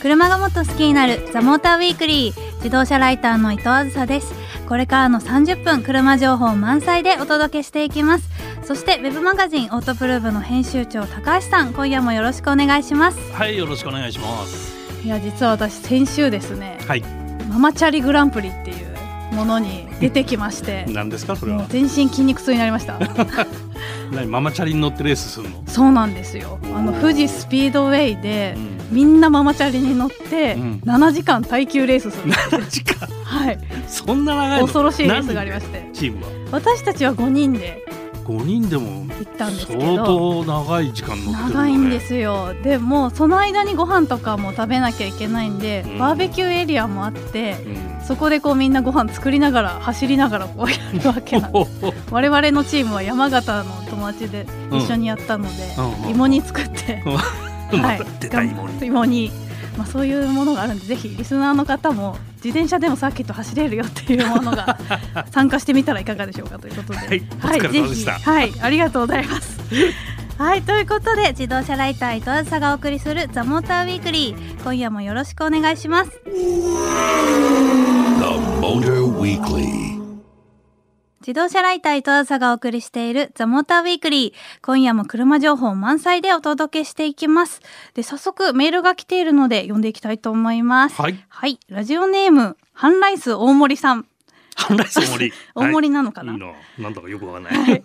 車がもっと好きになるザモーターウィークリー自動車ライターの伊藤あずさですこれからの30分車情報満載でお届けしていきますそしてウェブマガジンオートプルーブの編集長高橋さん今夜もよろしくお願いしますはい、よろしくお願いします。いや実は私先週ですねはい、ママチャリグランプリっていうもの に出てきまして何ですか、それもうは。全身筋肉痛になりました何、ママチャリに乗ってレースするの。そうなんですよあの富士スピードウェイでうんみんなママチャリに乗ってうん7時間耐久レースす る、 何時間、はいそんな長いの。恐ろしいレースがありまししてチームは。私たちは5人で五人でも。行ったんですけ相当ど長い時間乗ってる、ね。長いんで。すよでもうその間にご飯とかも食べなきゃいけないんで、うんバーベキューエリアもあってうん。そこでこうみんなご飯作りながら走りながらこうやるわ けなんですほほほ我々のチームは山形の友達で一緒にやったので、うんうんうん芋煮作って、また出たいもん。芋煮まあ、そういうものがあるんでぜひリスナーの方も自転車でもサーキット走れるよっていうものが参加してみたらいかがでしょうかということで、はいお疲れ様でしたぜひはい、ありがとうございます。はいということで自動車ライター伊藤あずさがお送りする「ザ・モーターウィークリー今夜もよろしくお願いします。 The Motor Weekly. 自動車ライター伊藤浅がお送りしているザ・モーターウィークリー今夜も車情報満載でお届けしていきますで早速メールが来ているので読んでいきたいと思いますはいラジオネームハンライス大森さんハンライス大盛り。 大盛りなのかはいな、いいな、なんだかよくわかんない。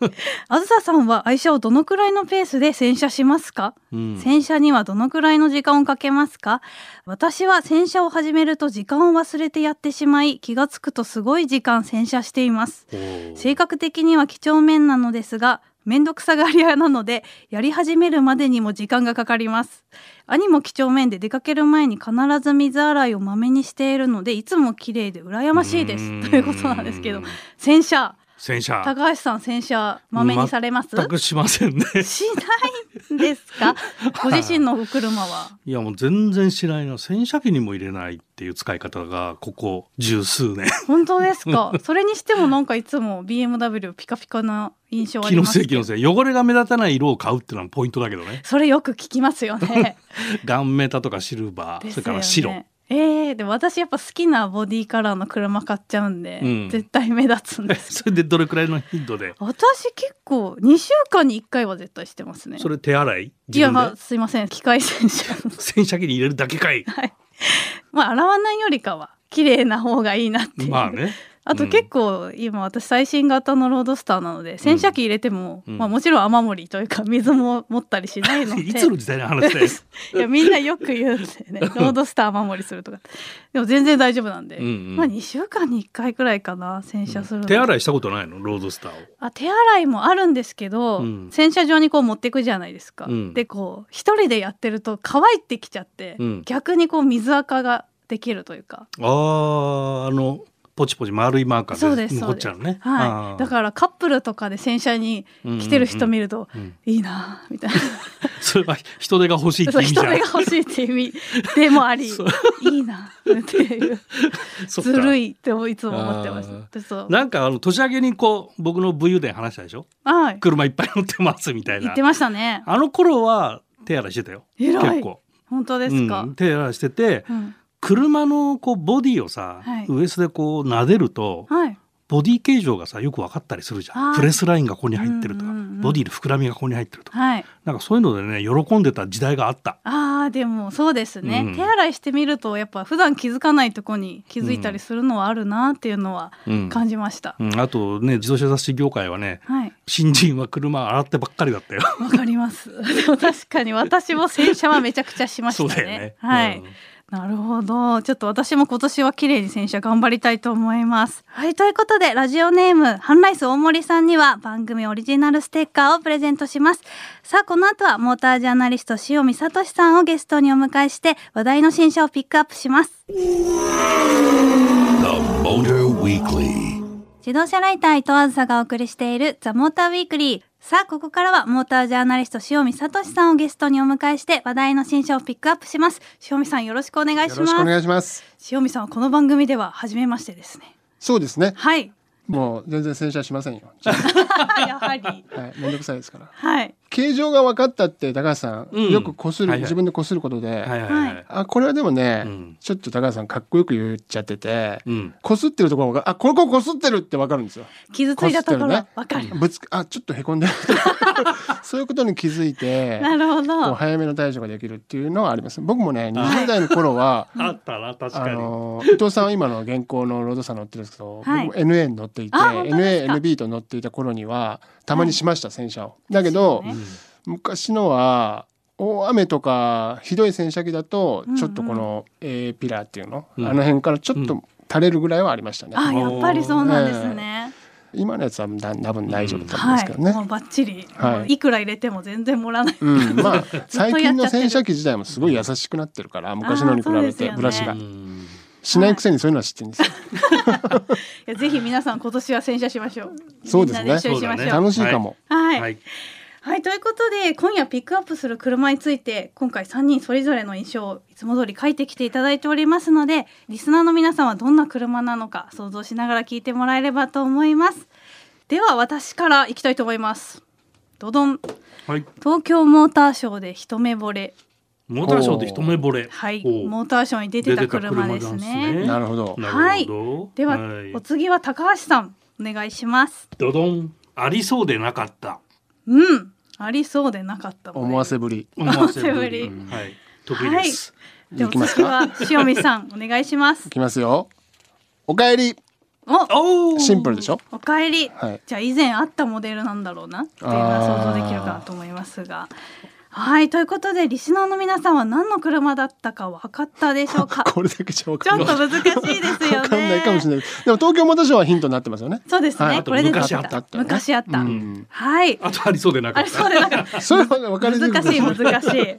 あずささんは愛車をどのくらいのペースで洗車しますか、うん洗車にはどのくらいの時間をかけますか私は洗車を始めると時間を忘れてやってしまい気がつくとすごい時間洗車していますおー性格的には几帳面なのですが面倒くさがり屋なのでやり始めるまでにも時間がかかります兄も几帳面で出かける前に必ず水洗いをまめにしているのでいつも綺麗で羨ましいでうーすんということなんですけど洗車洗車。高橋さん洗車まめにされます全くしません ね。しないんですかご自身のお車はいやもう全然しないな洗車機にも入れないっていう使い方がここ十数 年本当ですかそれにしてもなんかいつも BMW ピカピカな印象あ気りのますけせどい気のせい汚れが目立たない色を買うっていうのはポイントだけど ねそれよく聞きますよねガンメタとかシルバー、ですそよれから 白ね。えー、でも私やっぱ好きなボディカラーの車買っちゃうんで、うん絶対目立つ んですそれでどれくらいの頻度で私結構2週間に1回は絶対してますねそれ手洗いい自や分まあですいません機械洗車洗車機に入れるだけかい まあ洗わないよりかは綺麗な方がいいなっていう、まあねあと結構今私最新型のロードスターなので洗車機入れても、うんまあ、もちろん雨漏りというか水も持ったりしないので いつの時代の話だよ いやみんなよく言うんだよねロードスター雨漏りするとかでも全然大丈夫なんで、うんうんまあ2週間に1回くらいかな洗車するの、手洗いしたことないのロードスターをあ手洗いもあるんですけど、うん洗車場にこう持ってくじゃないですか、うんでこう一人でやってると乾いてきちゃって、うん逆にこう水垢ができるというかあーあのポチポチ丸いマーカそうーでです残っちゃうのねはい、だらからカップルとかで洗車に来てる人見ると、いいなあみたいな それは人手が欲しいってそう意味じ人ゃ目がん欲しいって意 味でもありそういいなあっ ていう。そっかずるいっていつも思ってまあしーた。そう。なんかあの年明けにこう僕の武勇伝話したでしょはい。車いっぱい乗ってますみたい言なってましたね。あの頃は手洗いしてたよ偉い結構本当ですかう。ん手洗いしててうん。車のこうボディをさ、はいウエストでこう撫でるとはい。ボディ形状がさよく分かったりするじゃあんープレスラインがここに入ってるとか、うんうんうんボディの膨らみがここに入ってるとかはい。なんかそういうのでね喜んでた時代があったああでもそうですね、うん手洗いしてみるとやっぱ普段気づかないとこに気づいたりするのはあるなっていうのはうん感じました。うんあとね自動車雑誌業界はねはい。新人は車洗ってばっかりだ ったよわかります。でも確かに私も洗車はめちゃくちゃしましたそうね。だよね、はい。うんなるほど。ちょっと私も今年は綺麗に洗車頑張りたいと思います。はい。ということで、ラジオネーム、ハンライス大森さんには番組オリジナルステッカーをプレゼントします。さあ、この後はモータージャーナリスト、塩見聡さんをゲストにお迎えして、話題の新車をピックアップします。 The Motor Weekly. 自動車ライター伊藤あずさがお送りしているザ・モーターウィークリー。さあ、ここからはモータージャーナリスト、塩見聡さんをゲストにお迎えして、話題の新車をピックアップします。塩見さん、よろしくお願いよしろしくまおす。願いします。塩見さんはこの番組では初めましてですね。そうですね。はい。 もう全然洗車しませんよ。やはり。はい、めんどくさいですから。はい。形状が分かったって高橋さん、うんよくこする、はいはい自分でこすることで、はいはいはい。あこれはでもね、うんちょっと高橋さんかっこよく言っちゃってて、うん。こすってるところがあこここすってるって分かるんですよ。傷ついたとここすってるろねわかる。ぶつけあちょっとへこ んでるそういうことに気づいてなるほこうど。早めの対処ができるっていうのはあります僕もね20代の頃はあったな、確あかに。の伊藤さんは今の現行のロードさん乗ってるんですけど、はい僕も NA に乗っていてあ本当ですか NANB と乗っていた頃にはたまにしました、洗車を。だけど、ですよね昔のは大雨とかひどい洗車機だとうんうんちょっとこの A ピラーっていうの、うんあの辺からちょっうと垂れるぐらいはありましたね。あ、やっぱりそうなんですね。今のやつはだ多分大丈夫だと思うんはですけい。どね。もうバッチリ。はいもういくら入れても全然盛らない。うん、まあ最 ずっとやっ近ちゃのってる洗車機自体もすごい優しくなってるから昔のに比べてブラシあが、ーうんしないくせにそういうのは知ってるんですよ、いやぜひ皆さん今年は洗車しましょう。そうですねみんなで一緒にしましそうだょう。ね楽しいかも、はい。はい。はい、ということで今夜ピックアップする車について今回3人それぞれの印象をいつも通り書いてきていただいておりますのでリスナーの皆さんはどんな車なのか想像しながら聞いてもらえればと思いますでは私からいきたいと思いますどどんはい。東京モーターショーで一目惚れモーターショーで一目惚れ。はいおうモーターショーに出てた車です出てた車なねんですねなるほどなるほど。では、いお次は高橋さんお願いしますドドン。ありそうでなかった。うんありそうでなかったもんね思わせぶり思わせぶ思わせり。ぶはい。得意です。でおいきます次かは塩見さんお願いします いきますよおかえりおおお。シンプルでしょおかえり、はいじゃあ以前あったモデルなんだろうなっていうのは想像できるかなと思いますが。はいということでリスナーの皆さんは何の車だったか分かったでしょう かこれだけじゃ分ちょかっんとない難しいですよね分かんないかもしれないでも東京モーターショーはヒントになってますよねそうですね、はいこれであと出昔あった昔あった、うんはいあとありそうでなかあっれた。そうでなんかそれは分かりづら難しい難しい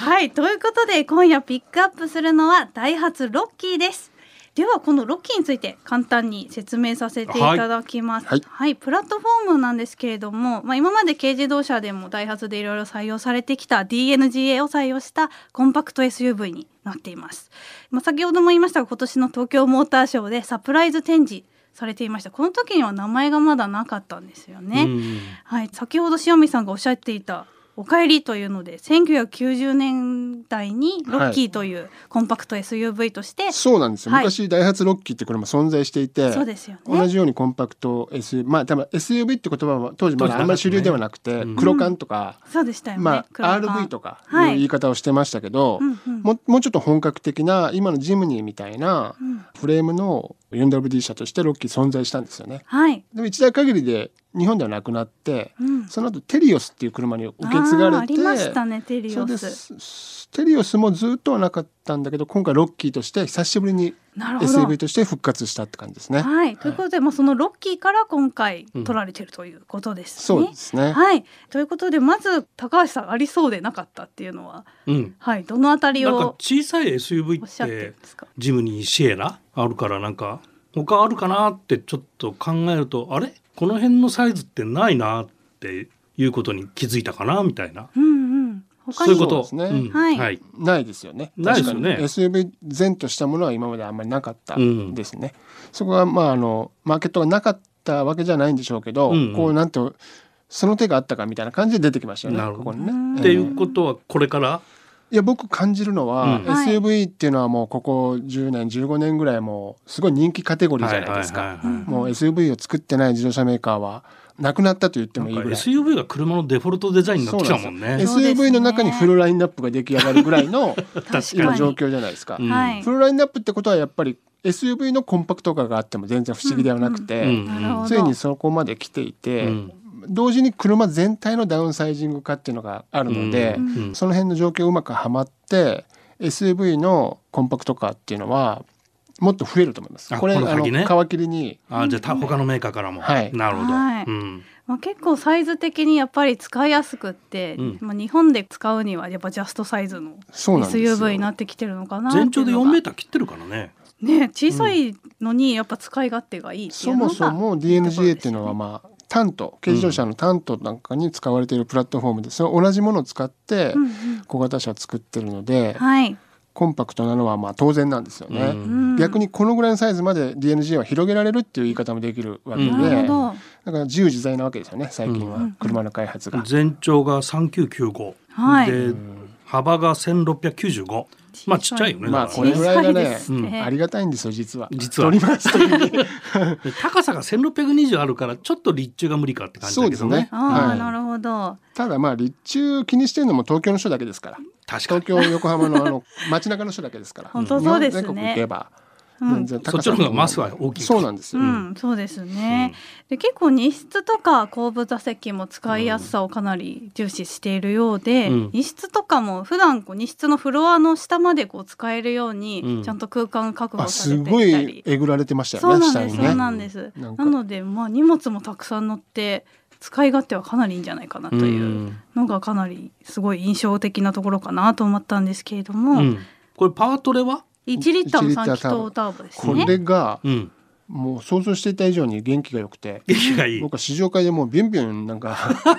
はいということで今夜ピックアップするのはダイハツロッキーですではこのロッキーについて簡単に説明させていただきますははいい、プラットフォームなんですけれどもまあ今まで軽自動車でもダイハツでいろいろ採用されてきた DNGA を採用したコンパクト SUV になっていますまあ先ほども言いましたが今年の東京モーターショーでサプライズ展示されていましたこの時には名前がまだなかったんですよね、うんはい、先ほど塩見さんがおっしゃっていた「おかえり」というので1990年代にロッキーというコンパクト SUV として、そうなんですよ、はい昔ダイハツロッキーってこれも存在していてそうですよね。同じようにコンパクト SUV まあ多分 SUV って言葉は当時まだあんまり主流ではなくて、うん黒缶とか、そうでしたよね。まあ黒缶 RV とかいうはい言い方をしてましたけど、うんうんももうちょっと本格的な今のジムニーみたいなうんフレームの 4WD 車としてロッキー存在したんですよね。はい、でも一台限りで日本ではなくなってうん、その後テリオスっていう車に受け継があーあれてりましたねテリそオうでス。すテリオスもずっとはなかったんだけど今回ロッキーとして久しぶりになるほど SUV として復活したって感じですね。はい、ということで、まあ、そのロッキーから今回うん取られてるということですね。そうですね。はい、ということでまず高橋さんありそうでなかったっていうのは、うん。はい、どのあたりなんかを小さいお SUV っしゃっってるてんですかジムニーシエラあるからなんか他あるかなってちょっと考えるとあれこの辺のサイズってないなっていうことに気づいたかなみたいなうんうん他そういうにことそうですねうんはいはいないですよね。ないですよね確かに SUV 前としたものは今まであんまりなかったうんですね。そこはまああのマーケットがなかったわけじゃないんでしょうけど、うんうんこうなんとその手があったかみたいな感じで出てきましたよね。なるほどここにねうんえーっていうことはこれからいや僕感じるのは、うん SUV っていうのはもうここ10年15年ぐらいもうすごい人気カテゴリーじゃないですか。はいはいはいはいもう SUV を作ってない自動車メーカーはなくなったと言ってなもんいいかぐらい。 SUV が車のデフォルトデザインになってきたもんそうなんでね。すよ SUV の中にフルラインナップが出来上がるぐ らいの確か今に状況じゃないですか。うんはいフルラインナップってことはやっぱり SUV のコンパクト化があっても全然不思議ではなくうんて、なるほどついにそこまで来ていて、うん同時に車全体のダウンサイジング化っていうのがあるので、うんうんその辺の状況うまくはまって SUV のコンパクト化っていうのはもっと増えると思います。あこれこのあ先ねの皮切りにあじゃあた他のメーカーからも、はいなるほど、はいうんまあ、結構サイズ的にやっぱり使いやすくって、うんまあ、日本で使うにはやっぱジャストサイズのそうなんですよ SUV になってきてるのかなっていう全の長がで4メーター切ってるからね。ね小さいのにやっぱ使い勝手がいいっていそうのもがそも DNGA っていうのはまあ単都軽自動車の単都なんかに使われているプラットフォームでその同じものを使ってうんうん小型車を作ってるのではい、コンパクトなのはまあ当然なんですよね。うんうん逆にこのぐらいのサイズまで DNGA は広げられるっていう言い方もできるわけで、うんなるほどだから自由自在なわけですよね最近は車の開発が、全長が3995、はいで幅が1695まあちっちゃいよね、まあだからこれぐらいがね小さいですねありがたいんですよ実は実は取りますというで高さが1620あるからちょっと立中が無理かって感じだけどそうねですあねあ、はいなるほど。 ただまあ立中気にしてるのも東京の人だけですから確か東に京横浜のあの 街中の人だけですから本当そうですね日本全国行けばうん全然高さそっちの方がマスは大きいそうなんですうよ、ん、そうですね。で、結構荷室とか後部座席も使いやすさをかなり重視しているようで、うん荷室とかも普段こう荷室のフロアの下までこう使えるよううんにちゃんと空間確保あされすていごたいり、えぐられてましたそようねなん下です、にそうねなんです。うんなんかなのでまあ荷物もたくさん乗って使い勝手はかなりいいんじゃないかなという。うんのがかなりすごい印象的なところかなと思ったんですけれどうも、んこれパートレは、 1リッターの1リッタ3ー気筒ターボですこね。れがうん、もう想像していた以上に元気が良くて元気がいい僕は試乗会でもうビュンビュンな んか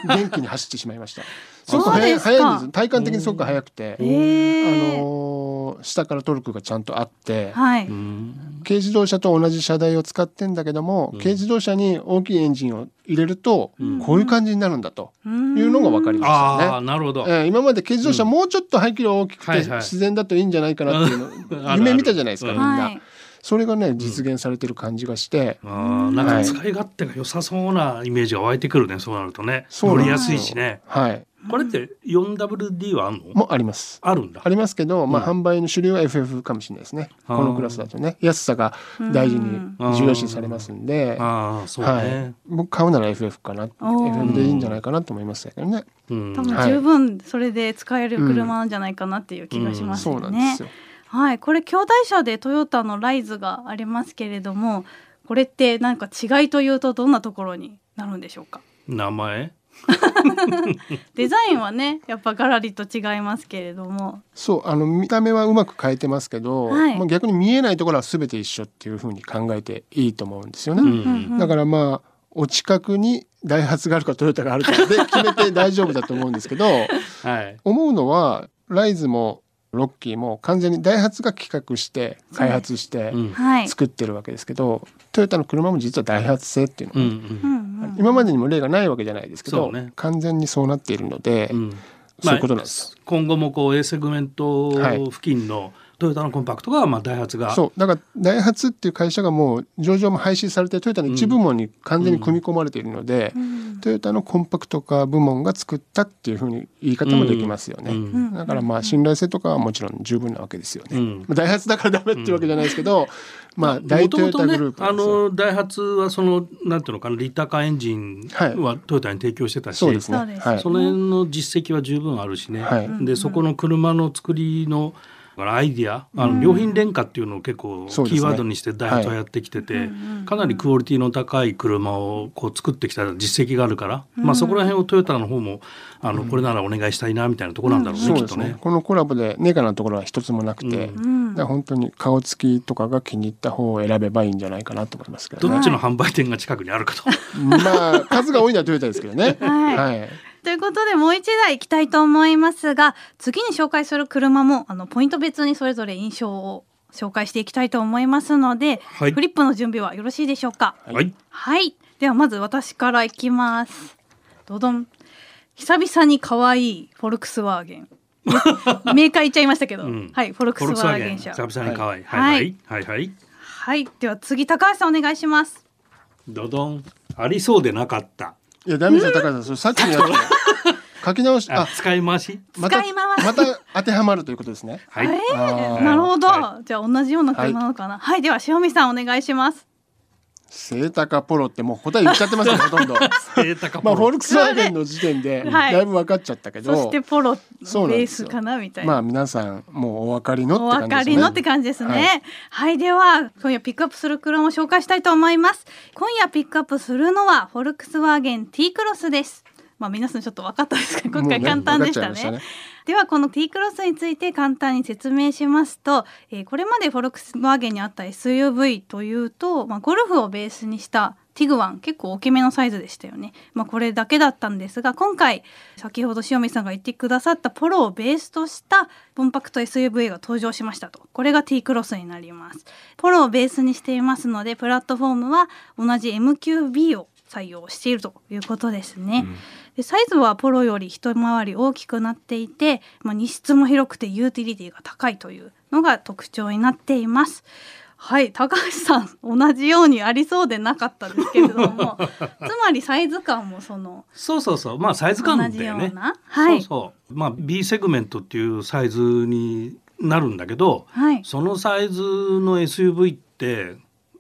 元気に走ってしまいましたそうごく速いですか速いんです体感的にすごく速くて、あえーのー下からトルクがちゃんとあって、はい、うん軽自動車と同じ車台を使ってんだけども、軽自動車に大きいエンジンを入れると、こういう感じになるんだというのが分かりましたね。ああなるほど、えー今まで軽自動車もうちょっと排気量大きくてはいはい自然だといいんじゃないかなって いううんのある夢見たじゃないですかあみるんな、はいそれがね実現されてる感じがして、あーなんか使い勝手が良さそうなイメージが湧いてくるねそうなるとねそう乗なりんでやすすよいしねはいこれって 4WD はあんのもありますあるんだありますけど、まあ、う販売の主流は FF かもしれないですね、あーこのクラスだとね安さが大事に重要視されますんで、ああそうね、はい、僕買うなら FF かなおー FF でいいんじゃないかなと思いますけどね、うん多分はい十分それで使える車なんじゃないかなっていう気がしますそうよなんでねす。よはい、これ兄弟車でトヨタのライズがありますけれども、これってなんか違いというとどんなところになるんでしょうか。名前デザインはね、やっぱガラリと違いますけれども、そうあの見た目はうまく変えてますけど、はいまあ、逆に見えないところは全て一緒っていうふうに考えていいと思うんですよね、うんうんだからまあお近くにダイハツがあるかトヨタがあるかで決めて大丈夫だと思うんですけどはい思うのはライズもロッキーも完全にダイハツが企画して開発してうんはい、作ってるわけですけど、トヨタの車も実はダイハツ製っていうのうがんうん今までにも例がないわけじゃないですけど、そうね完全にそうなっているので、うんうんそういうことなんです。まあ今後もこう A セグメントはい付近のトヨタのコンパクトがまあダイハツがそうだからダイハツっていう会社がもう上場も廃止されてトヨタの一部門に完全に組み込まれているので、うんトヨタのコンパクトカー部門が作ったっていうふうに言い方もできますよね、うんうんだからまあ信頼性とかはもちろん十分なわけですよね、うんまあダイハツだからダメっていうわけじゃないですけど、まあ大もとトもヨとタねグループなあんですよのダイハツはそのなんていうのかなリッターカーエンジンはトヨタに提供してたし、そうですねそうですはいその辺の実績は十分あるしね、はいでそこの車の作りのアイディアあの良品廉価っていうのを結構キそうですねーワードにしてダイハツはやってきてて、かなりクオリティの高い車をこう作ってきた実績があるから、まあ、そこら辺をトヨタの方もあのこれならお願いしたいなみたいなところなんだろうね、そうきでっとすねね。このコラボでネガなところは一つもなくて、んだから本当に顔つきとかが気に入った方を選べばいいんじゃないかなと思いますけどどねっちの販売店が近くにあるかと。まあ数が多いのはトヨタですけどね はいはいということでもう一台行きたいと思いますが次に紹介する車もあのポイント別にそれぞれ印象を紹介していきたいと思いますので、はいフリップの準備はよろしいでしょうかはい、はいではまず私からいきますどどん久々に可愛いフォルクスワーゲン メーカー言っちゃいましたけど、うんはいフォルクフスォルクスワワーーゲゲンン車久々に可愛い。ははいいはいはいはい。はいでは次高橋さんお願いしますドドンありそうでなかった。いやダメですよ高橋さんそれさっきのやつ書き直しああ使い回し。また使い回しまた当てはまるということです ねはい。あーなるほど、はじゃあ同じような車なのかなはい、では塩見さんお願いしますセイタカポロってもう答え言っちゃってますよほとんど データかまあフォルルクスワーゲンの時点ではいだいぶ分かっちゃったけそしどてポロベそうなーんですスよかなみたいなまあ皆さんもうお分かりのおって分感かじりのですよっねて感じですね。ははいい、では今夜ピックアップする車を紹介したいと思います。今夜ピックアップするのはフォルクスワーゲン T クロスです。まあ皆さんちょっと分かったですか今回もう簡ね単でした分かっねちゃいましではこの T クロスについて簡単に説明しますと、えーこれまでフォルクスワーゲンにあった SUV というと、まあ、ゴルフをベースにしたティグワン結構大きめのサイズでしたよね、まあ、これだけだったんですが今回先ほど塩見さんが言ってくださったポロをベースとしたコンパクト SUV が登場しましたとこれが T クロスになりますポロをベースにしていますのでプラットフォームは同じ MQB を採用しているということですね。でサイズはポロより一回り大きくなっていて、まあ、荷室も広くてユーティリティが高いというのが特徴になっています。はい高橋さん同じようにありそうでなかったですけれど もつまりサイズ感もそのそうそうそうまあサイズ感だよ同じよねうなはいそうそうまあ B セグメントっていうサイズになるんだけどはいそのサイズの SUV って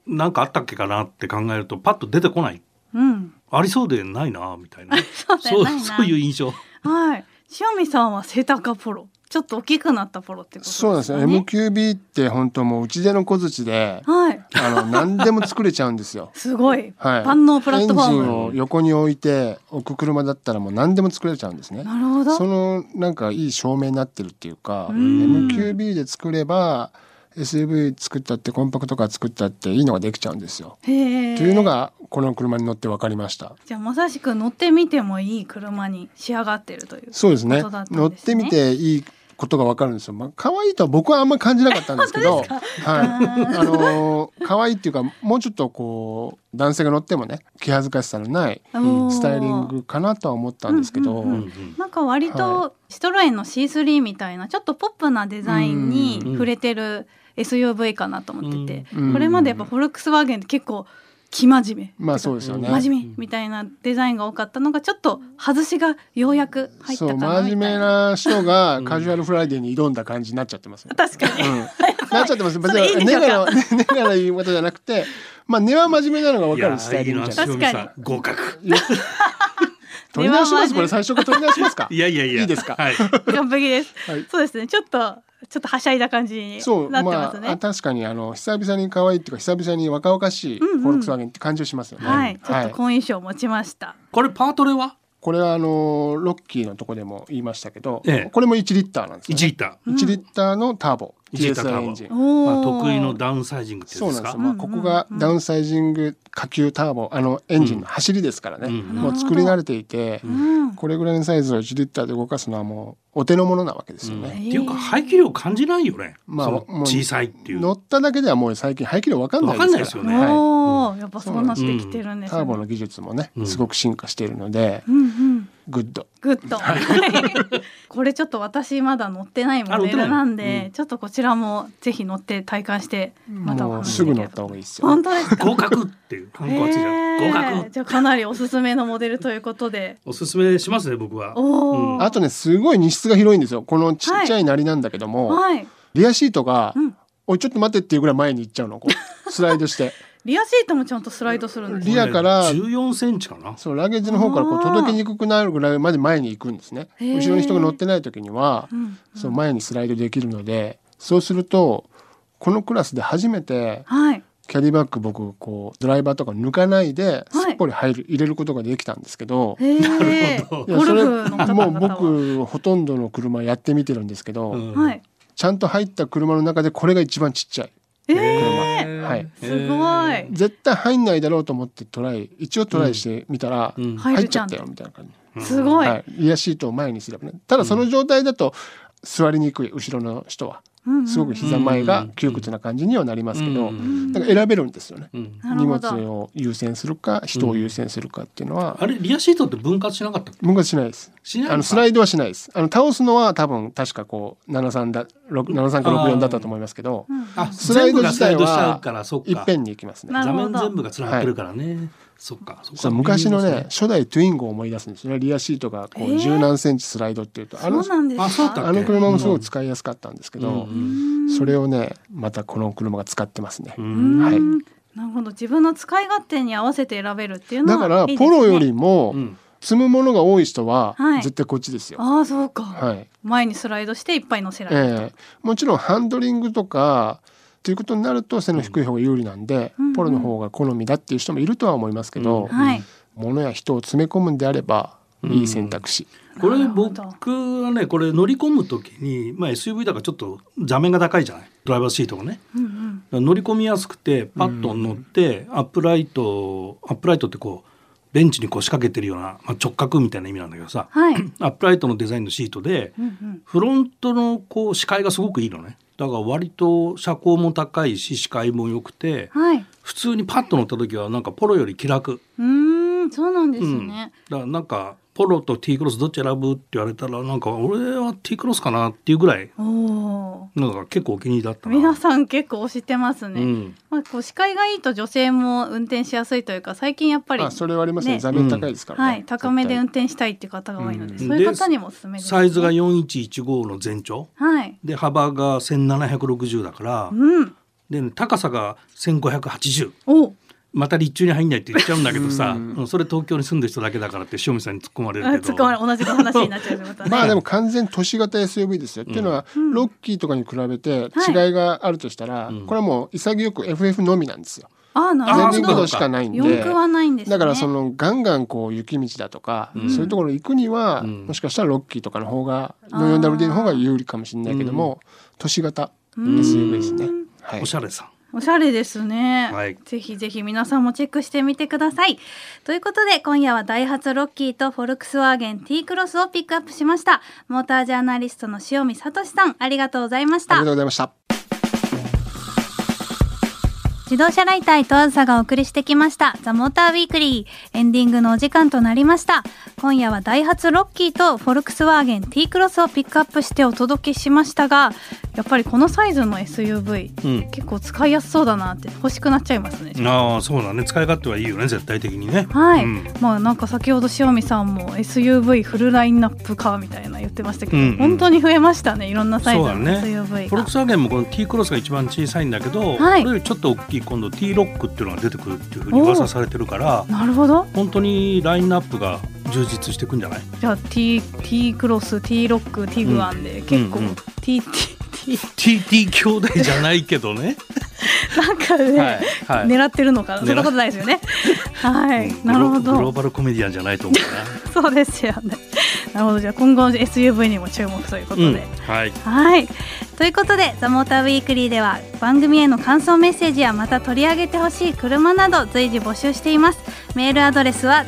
なんかあったっけかなって考えるとパッと出てこないうんありそうでないなみたいな そうだよないなそうそういう印象はい塩見さんは背高ポロちょっと大きくなったポロってことですそうよなんねですよ MQB って本当もううちでの小槌 ではい。あの何でも作れちゃうんですよすごい、はい、万能プラットフォーエンジムンを横に置いて置く車だったらもう何でも作れちゃうんですね。なるほどそのなんかいい照明になってるっていうかう MQB で作れば SUV 作ったってコンパクトカー作ったっていいのができちゃうんですよ。へえというのがこの車に乗って分かりました。じゃあまさしく乗ってみてもいい車に仕上がってるというそうですねことだったんですね乗ってみていいことが分かるんですよ。まあ、可愛いとは僕はあんま感じなかったんですけどはいあのー可愛いっていうかもうちょっとこう男性が乗ってもね気恥ずかしさのないおースタイリングかなとは思ったんですけど。うんうんうんうんなんか割はとシトロエンの C3 みたいなちょっとポップなデザインにうん触れてる SUV かなと思ってて、うんこれまでやっぱフォルクスワーゲンって結構生真面目、まあそうですよね。真面目みたいなデザインが多かったのがちょっと外しがようやく入ったそかうな真み面たい目な。な人がカジュアルフライデーに挑んだ感じになっちゃってますよ。確かに、うん、なっちゃってます。別それいいんにでし根ょうかがら 根がらいいことじゃなくて、まあ根は真面目なのがわいかやるスータイいいリングなじゃない。塩見さん合格取り直します。根は真面目これ最初から取り直しますか。 いやいやいやいいですかはい完璧です、 はいそうですねちょっとちょっとはしゃいだ感じになってそう、まますね、ああ確かにあの久々に可愛いっていうか久々に若々しいうんうんフォルクスワーゲンって感じがしますよね。はい、ちょっと好印象を持ちましたこれパートレはこれはあのロッキーのとこでも言いましたけど、ええこれも1リッターなんですね。 1リッター、 1リッターのターボ、 1リッターター TSI ボエンジン。まおあ、ー得意のダウンサイジングってやつそうでなすんでかすよ、まあ、ここがダウンサイジング下級ターボあのエンジンの走りですからね、うんもう作り慣れていて、うんこれぐらいのサイズを1リッターで動かすのはもうお手の物なわけですようんっね。ていうか排気量感じないよね、まあそのもう小さいっていう乗っただけではもう最近排気量わかんないわかんないでですすよかねら、はおーやっぱそうなってきてるんい、ですターねボの技術もね、うんすごく進化しているので、うんうんグッド。グッとこれちょっと私まだ乗ってないモデあルなん乗ってないのでちょっとこちらもぜひ乗って体感してまだおもう話しすできぐれば乗った方がいいですよ。本当 ですか合格って いうハンコはついちゃう合へー格じゃあかなりおすすめのモデルということでおすすめしますね僕はおーあとねすごい荷室が広いんですよこのちっちゃいなりなんだけども、はいリアシートが、うんおいちょっと待ってっていうぐらい前に行っちゃうのこうスライドしてリアシートもちゃんとスライドするんですリアから14センチかなそうラゲージの方からあこうー届きにくくなるぐらいまで前に行くんですねへー後ろに人が乗ってない時には、うんそう前にスライドできるのでそうするとこのクラスで初めてはいキャリーバッグ僕こうドライバーとか抜かないではいすっぽり入る、入れることができたんですけどへーなやゴそルれフの方々もはう僕ほとんどの車やってみてるんですけど、うんはいちゃんと入った車の中でこれが一番ちっちゃいえへーーはいへすごーい絶対入んないだろうと思ってトライ一応トライしてみたら、うん入入るっちじゃゃっんたよみたいな感じ、すごいはい、リアシートを前にすればねただその状態だと座りにくい後ろの人はうんうんすごく膝前が窮屈な感じにはなりますけど、うんだから選べるんですよね、うんなる荷ほ物どを優先するか人を優先するかっていうのは、あれリアシートって分割しなかったっけ僕はしないですしないのかあのスライドはしないですあの倒すのは多分確かこう73だ6 73か64だったと思いますけどうんあスライ全部ド自体がスライドしちゃうはからそっかいっぺんに行きますねなる座ほど面全部がつながってるからね、そっかそっそかう昔のねね初代トゥインゴを思い出すんですよねリアシートがこえーう十何センチスライドっていうと、あそのうなんですかあそうだったっけあの車もすごい使いやすかったんですけど、うんそれをねまたこの車が使ってますね、うんはいうんなるほど自分の使い勝手に合わせて選べるっていうのだはからいいですポねロよりもん積むものが多い人ははい絶対こっちですよ、ああそうか、はい前にスライドしていっぱい乗せらえれる、えもちろんハンドリングとかということになると背の低い方が有利なんで、うんポロの方が好みだっていう人もいるとは思いますけど、うんはい物や人を詰め込むんであればいい選択肢、これなるほど僕はねこれ乗り込む時に、まあ、SUV だからちょっと座面が高いじゃないドライバーシートがねうんうん乗り込みやすくてパッと乗って、アップライトアップライトってこうベンチに腰掛けてるような、まあ、直角みたいな意味なんだけどさはい、アップライトのデザインのシートでうんうん、フロントのこう視界がすごくいいのねだから割と車高も高いし視界も良くてはい普通にパッと乗った時はなんかポロより気楽うーんうん、そうなんですうん、だねか。らなんかポロと T クロスどっち選ぶって言われたらなんか俺は T クロスかなっていうぐらいおお。なんか結構お気に入りだったな。皆さん結構推してますね。うんまあ、こう視界がいいと女性も運転しやすいというか、最近やっぱり。あそれはありますねね座面高いですからね、はい、高めで運絶転したいっていう方が多いので、うんそういう方にもおすすめです、サイズが。4115の全長はい。で幅が1760だから、うん。でね高さが1580お。また立中に入んないって言っちゃうんだけどさ、うんうんそれ東京に住んでる人だけだからって塩見さんに突っ込まれるあけど突っ込まれ同じ話になっちゃいました対ね。まあでも完全都市型 SUV ですよ、っていうのはうんロッキーとかに比べて違いがあるとしたら、うんこれはもう潔く FF のみなんですよああ、なある全ーそうかほ然駆ど動。しかないんで四駆はないんです、ね。だからそ。のガンガンこう雪道だとか、うんそういうところ行くには、うんもしかしたらロッキーとかの方があーの 4WD の方が有利かもしれないけども、都市型うん SUV ですね。はいおしゃれさおしゃれですね、はいぜひぜひ皆さんもチェックしてみてくださいということで今夜はダイハツロッキーとフォルクスワーゲン T クロスをピックアップしましたモータージャーナリストの塩見聡さんありがとうございましありたがとうございました。自動車ライター伊藤梓がお送りしてきましたザ・モーターウィークリーエンディングのお時間となりました今夜はダイハツロッキーとフォルクスワーゲン T クロスをピックアップしてお届けしましたがやっぱりこのサイズの SUV うん結構使いやすそうだなって欲しくなっちゃいますねああそうだね使い勝手はいいよね絶対的にねはい、うんまあなんか先ほど塩見さんも SUV フルラインナップかみたいな言ってましたけど、うんうん本当に増えましたねいろんなサイズのそうだね SUV フォが、ルクスワーゲンもこの T クロスが一番小さいんだけど、はいこれよりちょっと大きい今度 T ロックっていうのが出てくるっていうふうに噂されてるからなるほど本当にラインナップが充実していくんじゃないじゃあ T, T クロス T ロック T グアンで結構、うんうん T, T, T ?TT 兄弟じゃないけどね。なんかね、はい狙ってるのかな狙っそんなことないですよ ねはいなるほグローどバルコメディアンじゃないと思 そうですよねなるほどじゃあ今後の SUV にも注目というこうとな。で、うん、はい。はい。ということで、ザ・モーターウィークリーでは番組への感想メッセージやまた取り上げてほしい車など随時募集しています。メールアドレスは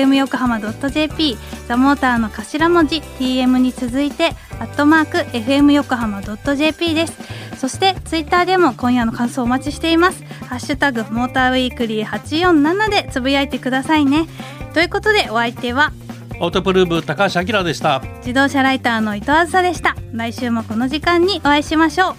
tm.fmyokohama.jp ザ・モーターの頭文字 tm に続いて fmyokohama.jp です。そしてツイッターでも今夜の感想お待ちしています。ハッシュタグモーターウィークリー847でつぶやいてくださいね。ということでお相手はオートプルーブ高橋明でした。自動車ライターの伊藤梓でした来週もこの時間にお会いしましょう